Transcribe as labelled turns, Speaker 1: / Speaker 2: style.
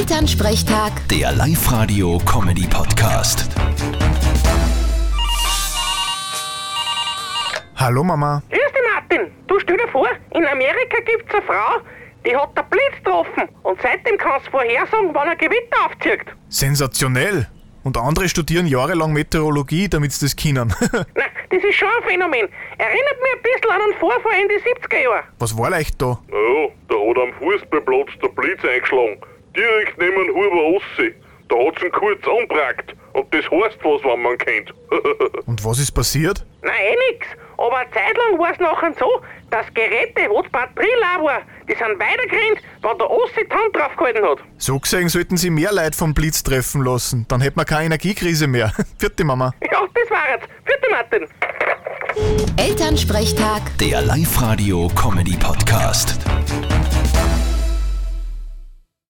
Speaker 1: Elternsprechtag,
Speaker 2: Der Live-Radio-Comedy-Podcast.
Speaker 3: Hallo Mama.
Speaker 4: Grüß dich, Martin. Du stell dir vor, in Amerika gibt's eine Frau, die hat der Blitz getroffen und seitdem kann's vorhersagen, wann ein Gewitter aufzieht.
Speaker 3: Sensationell. Und andere studieren jahrelang Meteorologie, damit sie das können.
Speaker 4: Na, das ist schon ein Phänomen. Erinnert mich ein bisschen an einen Vorfall in die 70er Jahre.
Speaker 3: Was war leicht da?
Speaker 5: Naja, da hat am Fußballplatz der Blitz eingeschlagen. Direkt neben den Huber Ossi. Da hat's ihn kurz anprackt. Und das heißt was, wenn man kennt.
Speaker 3: Und was ist passiert?
Speaker 4: Na, eh nix. Aber eine Zeit lang war's nachher so, dass Geräte, wo die Batterie leer war, die sind weitergerannt, weil der Ossi die Hand draufgehalten hat.
Speaker 3: So gesehen sollten sie mehr Leute vom Blitz treffen lassen. Dann hätten wir keine Energiekrise mehr. Vierte Mama.
Speaker 4: Ja, das war's. Vierte Martin.
Speaker 1: Elternsprechtag.
Speaker 2: Der Live-Radio-Comedy-Podcast.